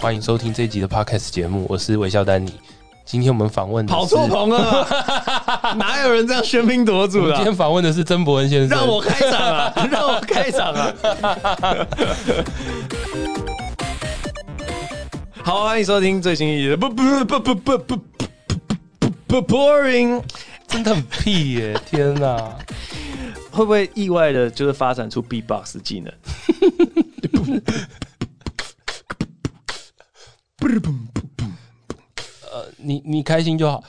欢迎收听这一集的 Podcast 节目，我是微笑丹尼。今天我们访问的是跑错棚了吧，哪有人这样喧宾夺我主们的今天啊？访问的是曾伯恩先生。让我开场啊！让我开场啊！好，欢迎收听最新一集的不不不不不不不不 boring。真的很屁耶、天哪、会不会意外的就是发展出 B-box 的技能？呃，你你开心就好。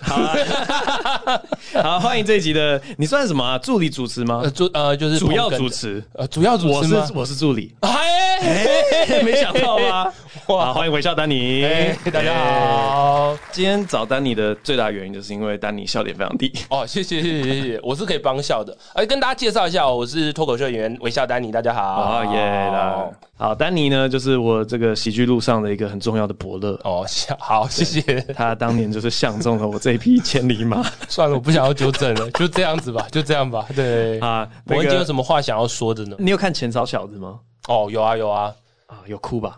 好，欢迎这一集的你算什么啊？助理主持吗呃？主呃就是主要捧哏主的持，呃主要主我持是吗？我是助理。哎没想到吧？哇哇！欢迎微笑丹尼哎，，大家哎。好。今天找丹尼的最大原因，就是因为丹尼笑点非常 低。哦，谢谢谢谢谢谢，我是可以帮笑的。哎，跟大家介绍一下哦，我是脱口秀演员微笑丹尼，大家好。 啊耶啦！好，丹尼呢，就是我这个喜剧路上的一个很重要的伯 乐。哦，笑好，谢谢。他当年就是相中了我这一匹千里马算了，我不想要纠正了，就这样子吧，就这样吧。对啊， 啊。我那今天有个，什么话想要说的呢？你有看《前朝小子》吗？哦，有啊有啊，啊，有哭吧？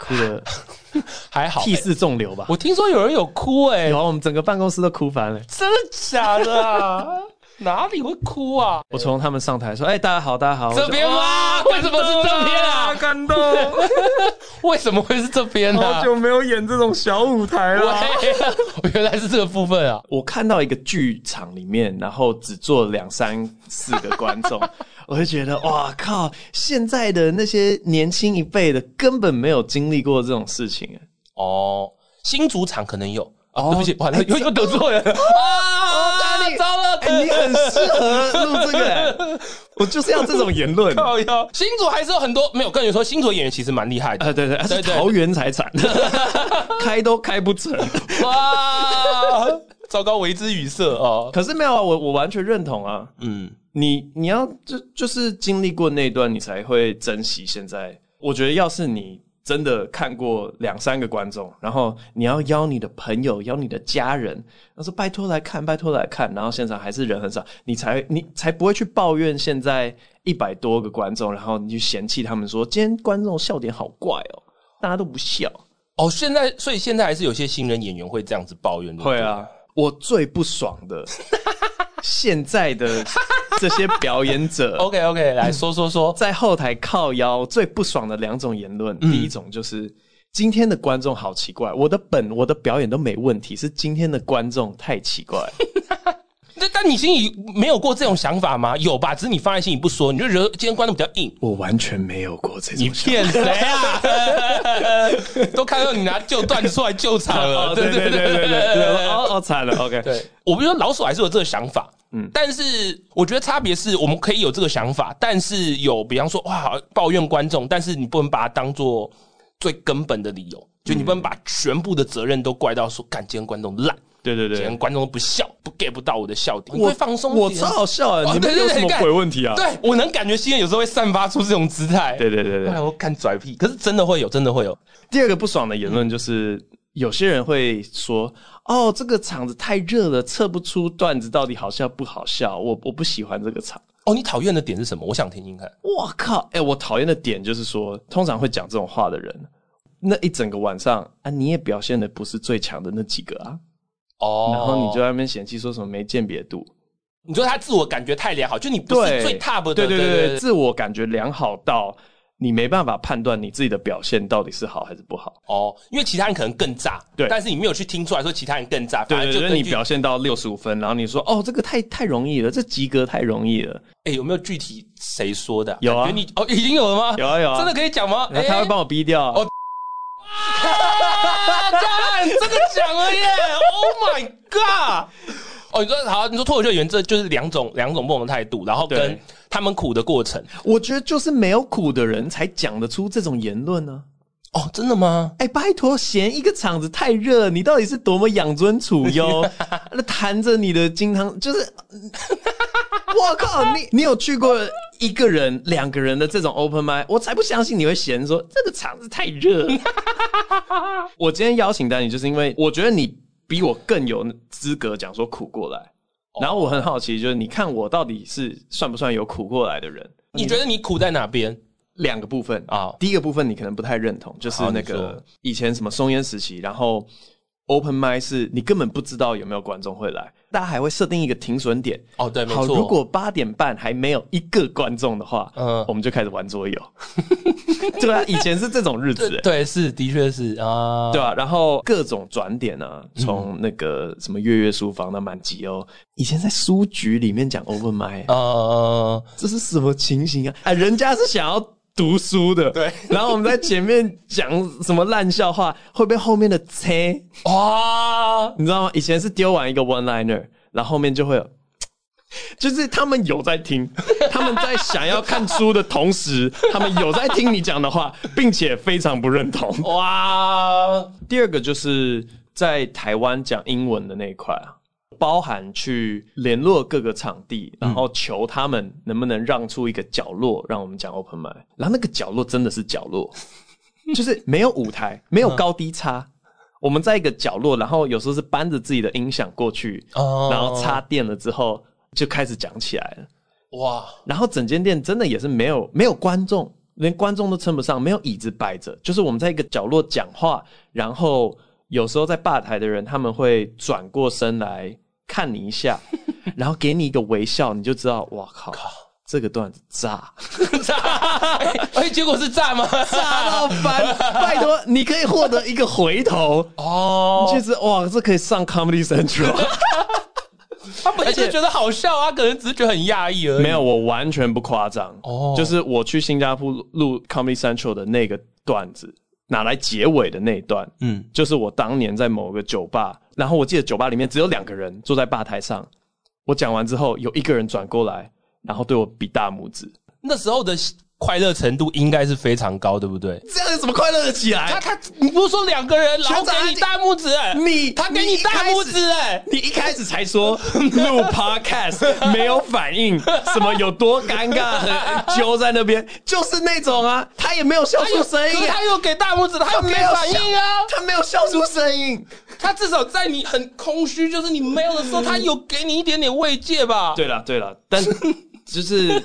哭 的还好、涕欸。泗纵流吧？我听说有人有哭哎、有啊，我们整个办公室都哭翻了。真的假的 啊？哪里会哭啊？我从他们上台说：“哎，大家好，大家好。”这边吗？为什么是这边啊？感动， 为什么会是这边呢、啊？没有哦演这种小舞台喂。 我原来是这个部分啊！我看到一个剧场里面，然后只坐两三四个观 众，我就觉得哇靠！现在的那些年轻一辈的根本没有经历过这种事情。哦，新主场可能有啊，哦对不起，完了，哎又又得罪 人了啊！哪里糟了，哎、你很适合录这个、哎 我就是要这种言论。啊、靠腰。新竹还是有很多没有，跟你说，新竹的演员其实蛮厉害的。啊对对，对是对桃园财产， 开都开不成。哇， 糟糕，为之语塞哦。可是没有啊，我我完全认同啊。嗯，你你要就就是经历过那段，你才会珍惜现在。我觉得要是你真的看过两三个观众，然后你要邀你的朋友，邀你的家人，他说拜托来看，拜托来看，然后现场还是人很少，你才你才不会去抱怨现在一百多个观众，然后你去嫌弃他们说今天观众笑点好怪哦，大家都不笑。哦，现在所以现在还是有些新人演员会这样子抱怨，对不对会，啊，我最不爽 的现在的这些表演者 OK OK，来说说说，在后台靠腰最不爽的两种言论，第一种就是今天的观众好奇怪，我的本我的表演都没问题，是今天的观众太奇怪。但但你心里没有过这种想法吗？有吧，只是你放在心里不说，你就觉得今天观众比较硬。 我完全没有过这你种。骗谁啊？都看到你拿旧段子出来救场了，哦，对对对对对对，哦哦惨了，OK，对，我不是说老鼠还是有这个想法，嗯，但是我觉得差别是我们可以有这个想法，但是有比方说哇抱怨观众，但是你不能把它当做最根本的理由，就你不能把全部的责任都怪到说，干今天观众烂，对对今天对，观众都不笑，不 get 不到我的笑点，你会放松一点，我超好笑啊！哦你对们对有对什么干鬼问题啊？对我能感觉新人有时候会散发出这种姿态，对对对对哎，，我看拽屁，可是真的会有，真的会有，第二个不爽的言论就是，有些人会说：“哦，这个场子太热了，测不出段子到底好笑不好笑。我”我不喜欢这个场。哦，你讨厌的点是什么？我想听听看。我靠！哎、我讨厌的点就是说，通常会讲这种话的人，那一整个晚上啊，你也表现的不是最强的那几个啊，哦，然后你就在那边嫌弃说什么没鉴别度，你说他自我感觉太良好，就你不是对，最 top 的，对对对对自我感觉良好到你没办法判断你自己的表现到底是好还是不好。哦，因为其他人可能更炸，对但是你没有去听出来说其他人更炸，反对而对就对，根你据表现到六十五分，然后你说哦，这个太太容易了，这及格太容易了。哎、有没有具体谁说的、有啊感觉你哦，已经有了吗？ 有啊有啊真的可以讲吗？然后他会帮我逼掉。哦啊干真的讲了耶 ！Oh my god！哦，你说好，你说脱口秀演员这就是两种两种不同的态度，然后跟对他们苦的过程。我觉得就是没有苦的人才讲得出这种言论呢、哦，真的吗？哎，拜托，嫌一个场子太热，你到底是多么养尊处优？那谈着你的金汤，就是， 我靠，你你有去过一个人、两个人的这种 open m i d 我才不相信你会嫌说这个场子太热。我今天邀请到你，就是因为我觉得你比我更有资格讲说苦过来。然后我很好奇，就是你看我到底是算不算有苦过来的人？你觉得你苦在哪边？两个部分啊第一个部分你可能不太认同，就是好那你个说以前什么松烟时期，然后 open m i 是你根本不知道有没有观众会来，大家还会设定一个停损点。哦，对，没好，错。如果八点半还没有一个观众的话，嗯我们就开始玩桌游。 对啊，以前是这种日子、欸，对是，的确是啊，对吧、然后各种转点啊，嗯从那个什么月月书房到满级哦，以前在书局里面讲 open m i 呃，这是什么情形啊？哎，人家是想要读书的，对。 然后我们在前面讲什么烂笑话，会被后面的切，哇，你知道吗？以前是丢完一个 one liner，然后后面就会有。就是他们有在听，他们在想要看书的同时，他们有在听你讲的话，并且非常不认同。哇，第二个就是在台湾讲英文的那一块啊，包含去联络各个场地，然后求他们能不能让出一个角落让我们讲 open mic，然后那个角落真的是角落，就是没有舞台，没有高低差。我们在一个角落，然后有时候是搬着自己的音响过去，哦然后插电了之后就开始讲起来了。哇，然后整间店真的也是没有没有观众，连观众都称不上，没有椅子摆着，就是我们在一个角落讲话，然后有时候在吧台的人他们会转过身来看你一 下，然后给你一个微笑，你就知道，哇 靠，这个段子炸炸！ 哎、哎结果是炸吗？炸到翻， 拜托，你可以获得一个回 头，哦，就是哇，这可以上 Comedy Central。 他本来而就且觉得好笑啊，可能只是觉得很讶异而已。没有，我完全不夸张。哦就是我去新加坡录 Comedy Central 的那个段子，拿来结尾的那一段，嗯，就是我当年在某个酒吧，然后我记得酒吧里面只有两个人坐在吧台上，我讲完之后，有一个人转过来，然后对我比大拇指，那时候的快乐程度应该是非常高，对不对？这样有什么快乐的起他来？他，你不是说两个人，然后给学长你大拇指、哎，你他给你大拇指、。哎，你一开始你一开始才说录 podcast 没有反应，什么有多尴尬，很揪在那边，就是那种啊，他也没有笑他出有，声可音是啊他，有给大拇指，他有给反应啊。他没有笑出声音。他至少在你很空虚，就是你没有的时候，他有给你一点点慰藉吧。，对了对了， 但就是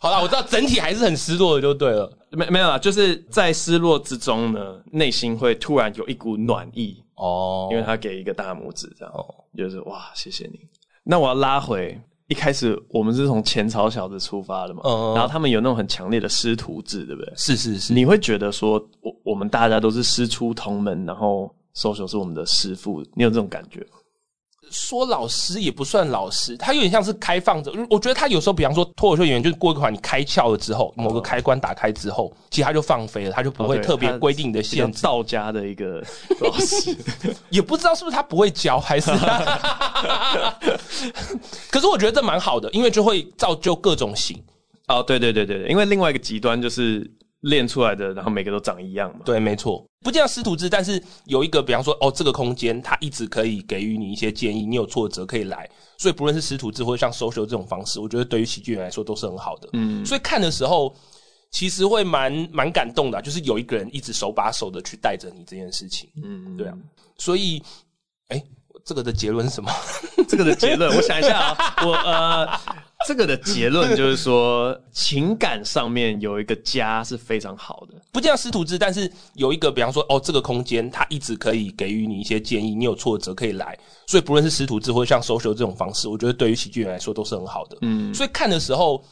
好啦，我知道整体还是很失落的，就对了。没没有啦，就是在失落之中呢，内心会突然有一股暖意，哦因为他给一个大拇指，这样、就是哇，谢谢你。那我要拉回。一开始我们是从前朝小子出发的嘛，嗯嗯然后他们有那种很强烈的师徒制，对不对？是是是，你会觉得说，我我们大家都是师出同门，然后 social 是我们的师傅，你有这种感觉吗？说老师也不算老师，他有点像是开放者。我觉得他有时候，比方说脱口秀演员，就是过一会儿你开窍了之后，某个开关打开之后，其实他就放飞了，他就不会对特别他规定你的比较限制。道家的一个老师， 也不知道是不是他不会教，还是 可是我觉得这蛮好的，因为就会造就各种型。哦，对对对对，对因为另外一个极端就是练出来的，然后每个都长一样嘛。对，没错，不见得师徒制，但是有一个，比方说，哦，这个空间它一直可以给予你一些建议，你有挫折可以来，所以不论是师徒制或者像 social 这种方式，我觉得对于喜剧人来说都是很好的。嗯，所以看的时候其实会蛮蛮感动的啊、就是有一个人一直手把手的去带着你这件事情。嗯，对啊，所以，哎，这个的结论是什么？这个的结论，我想一下啊，我呃，这个的结论就是说，情感上面有一个家是非常好的。不见得师徒制，但是有一个，比方说，哦，这个空间它一直可以给予你一些建议，你有挫折可以来，所以不论是师徒制或者像 social 这种方式，我觉得对于喜剧人来说都是很好的。嗯，所以看的时候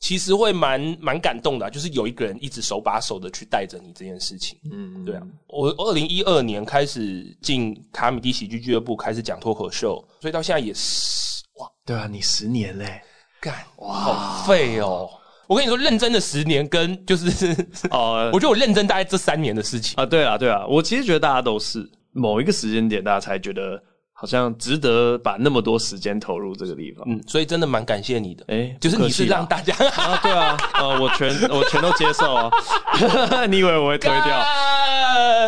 其实会蛮蛮感动的啊、就是有一个人一直手把手的去带着你这件事情。嗯，对啊，我二零一二年开始进卡米蒂喜剧俱乐部，开始讲脱口秀，所以到现在也是哇，对啊，你十年嘞。干哇，好废哦！我跟你说，认真的十年跟就是， 哦、我觉得我认真大概这三年的事情。啊，对啊，对啊，我其实觉得大家都是某一个时间点，大家才觉得好像值得把那么多时间投入这个地方。嗯，所以真的蛮感谢你的，哎就是不你客气是啦让大家 啊，对啊，呃，我全我全都接受啊。 你以为我会推掉？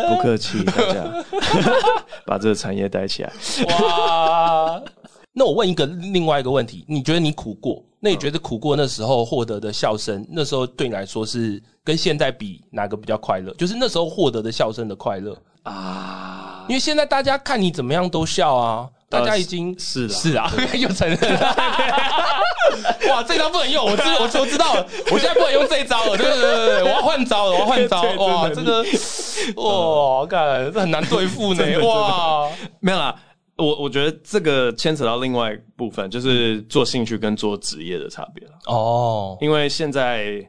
不客气，大 家把这个产业带起来。 哇！那我问一个另外一个问题，你觉得你苦过？那嗯你觉得苦过那时候获得的笑声，那时候对你来说是跟现在比哪个比较快乐？就是那时候获得的笑声的快乐，啊，因为现在大家看你怎么样都笑啊，大家已经 呃是是啦是啊，又承认了。哇，这招不能用，我知我我知道了，我现在不能用这一招了，对对对对，我要换招了，我要换招，对真的哇，这个哇，干这很难对付呢 真的，真的哇，没有啦，我我觉得这个牵扯到另外一部分，就是做兴趣跟做职业的差别了。哦，因为现在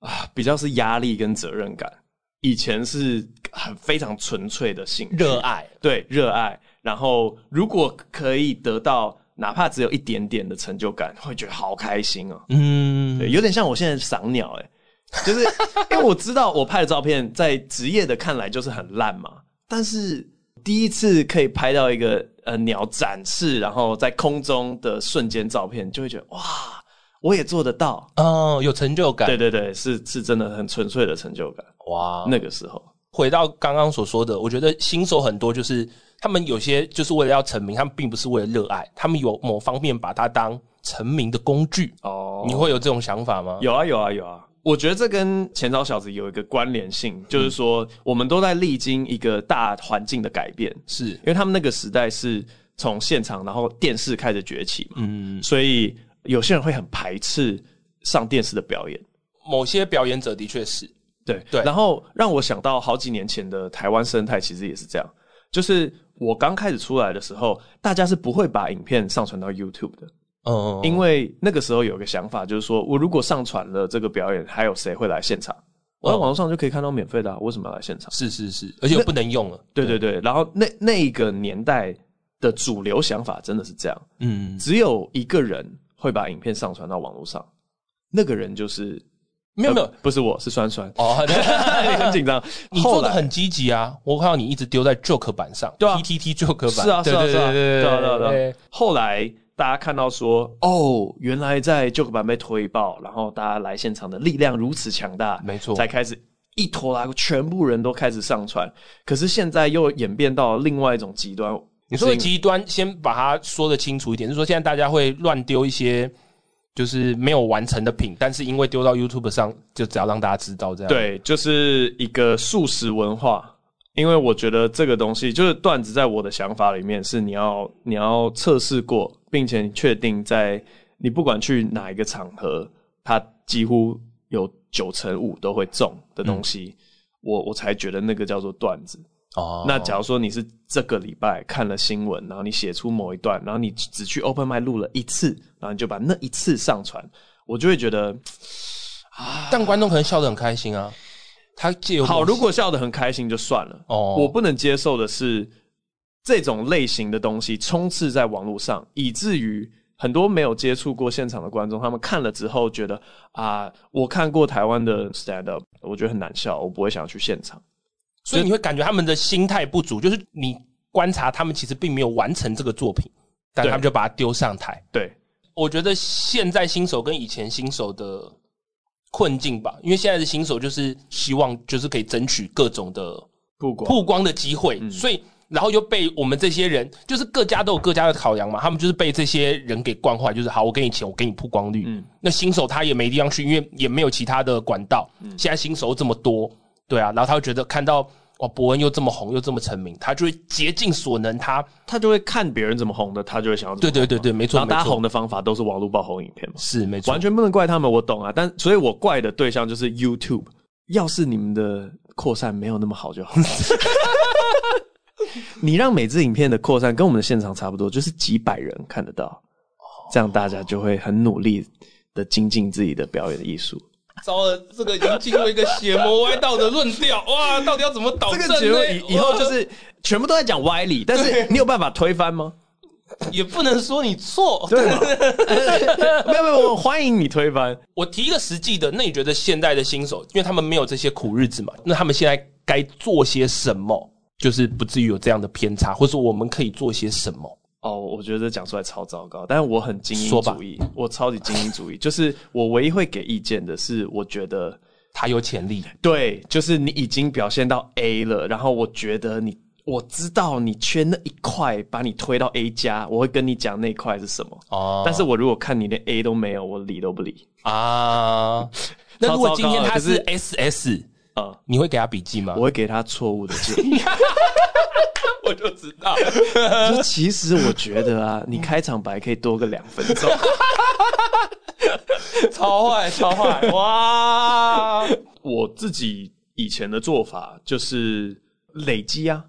啊，比较是压力跟责任感，以前是很非常纯粹的兴趣，热爱，对热爱。然后如果可以得到哪怕只有一点点的成就感，会觉得好开心哦、嗯，对，有点像我现在赏鸟、欸，就是因为我知道我拍的照片在职业的看来就是很烂嘛，但是第一次可以拍到一个呃鸟展示，然后在空中的瞬间照片，就会觉得哇，我也做得到。哦，有成就感，对对对，是是真的很纯粹的成就感。哇，那个时候，回到刚刚所说的，我觉得新手很多就是他们有些就是为了要成名，他们并不是为了热爱，他们有某方面把它当成名的工具。哦你会有这种想法吗？有啊有啊有啊。我觉得这跟前朝小子有一个关联性，就是说我们都在历经一个大环境的改变，是因，为他们那个时代是从现场，然后电视开始崛起嘛，嗯，所以有些人会很排斥上电视的表演。某些表演者的确是，对对然后让我想到好几年前的台湾生态，其实也是这样，就是我刚开始出来的时候，大家是不会把影片上传到 YouTube 的，嗯，因为那个时候有个想法，就是说我如果上传了这个表演，还有谁会来现场？哦我在网络上就可以看到免费的、啊，为什么要来现场？是是是，而且不能用了。对对对，然后那那个年代的主流想法真的是这样，嗯，只有一个人会把影片上传到网络上，那个人就是没有没有呃不是我是酸酸，哦，你很紧张， 你后做的来很积极啊！我看到你一直丢在 joke 板上，对啊 p t t joke 板，是啊是啊对是啊，对对啊对啊对对啊，后来。大家看到说，哦，原来在 Joke 版被推爆，然后大家来现场的力量如此强大，没错才开始一拖拉，全部人都开始上传。可是现在又演变到另外一种极端，你说的是因极端，先把它说的清楚一点，就是说现在大家会乱丢一些就是没有完成的品，但是因为丢到 YouTube 上，就只要让大家知道这样。，对，就是一个素食文化。因为我觉得这个东西就是段子，在我的想法里面是你要你要测试过，并且确定在你不管去哪一个场合，它几乎有九成五都会中的东西，我我才觉得那个叫做段子。哦那假如说你是这个礼拜看了新闻，然后你写出某一段，然后你只去 Open m i 录了一次，然后你就把那一次上传，我就会觉得但观众可能笑得很开心啊。他借由好，如果笑得很开心就算了。哦我不能接受的是这种类型的东西充斥在网络上，以至于很多没有接触过现场的观众，他们看了之后觉得啊，我看过台湾的 stand up，我觉得很难笑，我不会想要去现场。所以你会感觉他们的心态不足，就是你观察他们其实并没有完成这个作品，但对他们就把它丢上台。对，我觉得现在新手跟以前新手的困境吧，因为现在的新手就是希望就是可以争取各种的不管曝光的嗯机会，所以然后又被我们这些人，就是各家都有各家的考量嘛，他们就是被这些人给惯坏，就是好，我给你钱，我给你曝光率。嗯那新手他也没地方去，因为也没有其他的管道。现在新手这么多，对啊，然后他会觉得看到哇，伯恩又这么红，又这么成名，他就会竭尽所能。他他就会看别人怎么红的，他就会想要怎对么对对对，没然错后没大家错，红的方法都是网络爆红影片嘛。是没错完。全不能怪他们，我懂啊，但所以我怪的对象就是 YouTube。要是你们的扩散没有那么好 就好了。你让每支影片的扩散跟我们的现场差不多，就是几百人看得到，这样大家就会很努力的精进自己的表演艺术。糟了，这个已经进入一个邪魔歪道的论调，哇，到底要怎么导这正个节目呢以以后就是全部都在讲歪理，但是你有办法推翻吗？哇 也不能说你错，对吗？没有没有，我欢迎你推翻。我提一个实际的，那你觉得现在的新手，因为他们没有这些苦日子嘛，那他们现在该做些什么，就是不至于有这样的偏差，或者说我们可以做些什么？哦，我觉得这讲出来超糟糕，但是我很精英说吧主义，我超级精英主义，就是我唯一会给意见的是，我觉得他有潜力，对，就是你已经表现到 A 了，然后我觉得你，我知道你缺那一块，把你推到 A 加，我会跟你讲那一块是什么。哦但是我如果看你连 A 都没有，我理都不理。啊，那如果今天他是超糟糕 S S，啊，你会给他笔记吗我？会给他错误的建议。 我就知道，就其实我觉得啊，你开场白可以多个两分钟。超坏超坏哇！我自己以前的做法就是累积啊，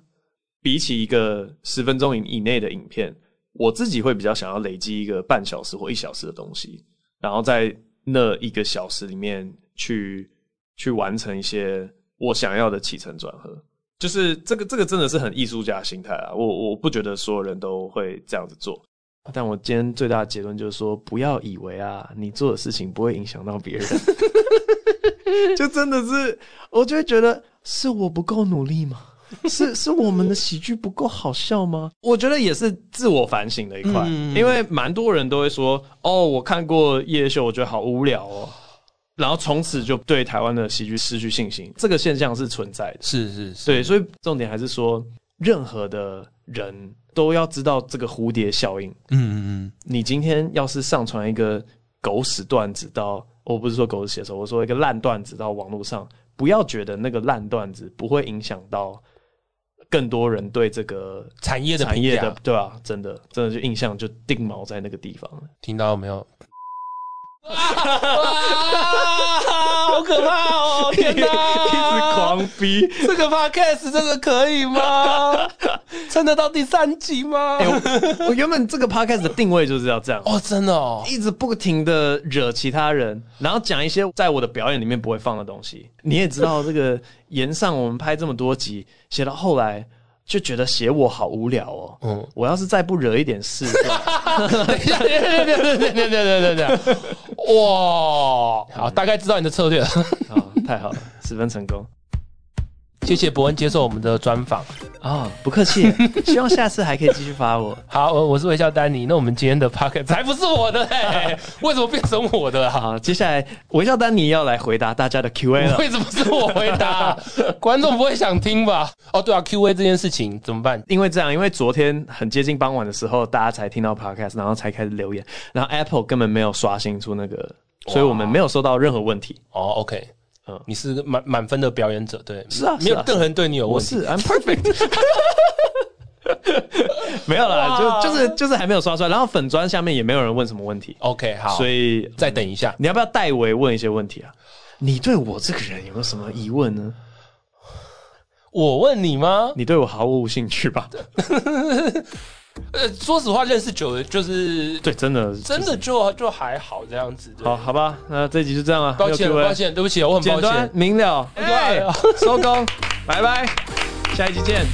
比起一个十分钟以以内的影片，我自己会比较想要累积一个半小时或一小时的东西，然后在那一个小时里面去去完成一些我想要的起承转合。就是这个，这个真的是很艺术家的心态啊！我我不觉得所有人都会这样子做，但我今天最大的结论就是说，不要以为啊，你做的事情不会影响到别人，就真的是，我就会觉得是我不够努力吗？ 是是我们的喜剧不够好笑吗？我觉得也是自我反省的一块，因为蛮多人都会说，哦，我看过夜秀，我觉得好无聊哦，然后从此就对台湾的喜剧失去信心，这个现象是存在的。是是是，对，所以重点还是说，任何的人都要知道这个蝴蝶效应。嗯嗯你今天要是上传一个狗屎段子到，我不是说狗屎写手，我说一个烂段子到网络上，不要觉得那个烂段子不会影响到更多人对这个嗯，产业的产评业价的，对啊？真的，真的就印象就定锚在那个地方了。听到没有？哇，好可怕哦！天 哪，一直狂逼。这个 podcast 真的可以吗？撑得到第三集吗？哎、我我原本这个 podcast 的定位就是要这样，哦，真的哦，一直不停的惹其他人，然后讲一些在我的表演里面不会放的东西。你也知道，这个延上我们拍这么多集，写到后来就觉得写我好无聊哦。嗯我要是再不惹一点事，等一下，等一下，等一下，等一下，等一下，等一下，哇，好，大概知道你的策略了。啊，太好了，十分成功谢谢伯恩接受我们的专访。 啊、不 客气，希望下次还可以继续发我。好，我我是微笑丹尼。那我们今天的 podcast 才不是我的嘞，为什么变成我的 啊？好，接下来微笑丹尼要来回答大家的 Q&A 了。为什么是我回答？ 观众不会想听吧？哦，对啊，Q A 这件事情怎么办？因为这样，因为昨天很接近傍晚的时候，大家才听到 podcast，然后才开始留言，然后 Apple 根本没有刷新出那个，所以我们没有收到任何问题。哦，OK，嗯你是满满分的表演者，对，是啊没有是啊任何人对你有我问题。是 I'm perfect，没有啦，哇就就是就是还没有刷出来，然后粉砖下面也没有人问什么问题， OK，好，所以以再等一下。你要不要代为问一些问题啊？你对我这个人有没有什么疑问呢？我问你吗？你对我毫无兴趣吧？呃，说实话，认识久了就是 对，真的，真的就就还好这样子。对好，好吧，那这集就这样了，抱歉，没有 Q&A 抱歉，对不起，我很简抱单歉。 明了，哎对，收工，拜拜，下一集见。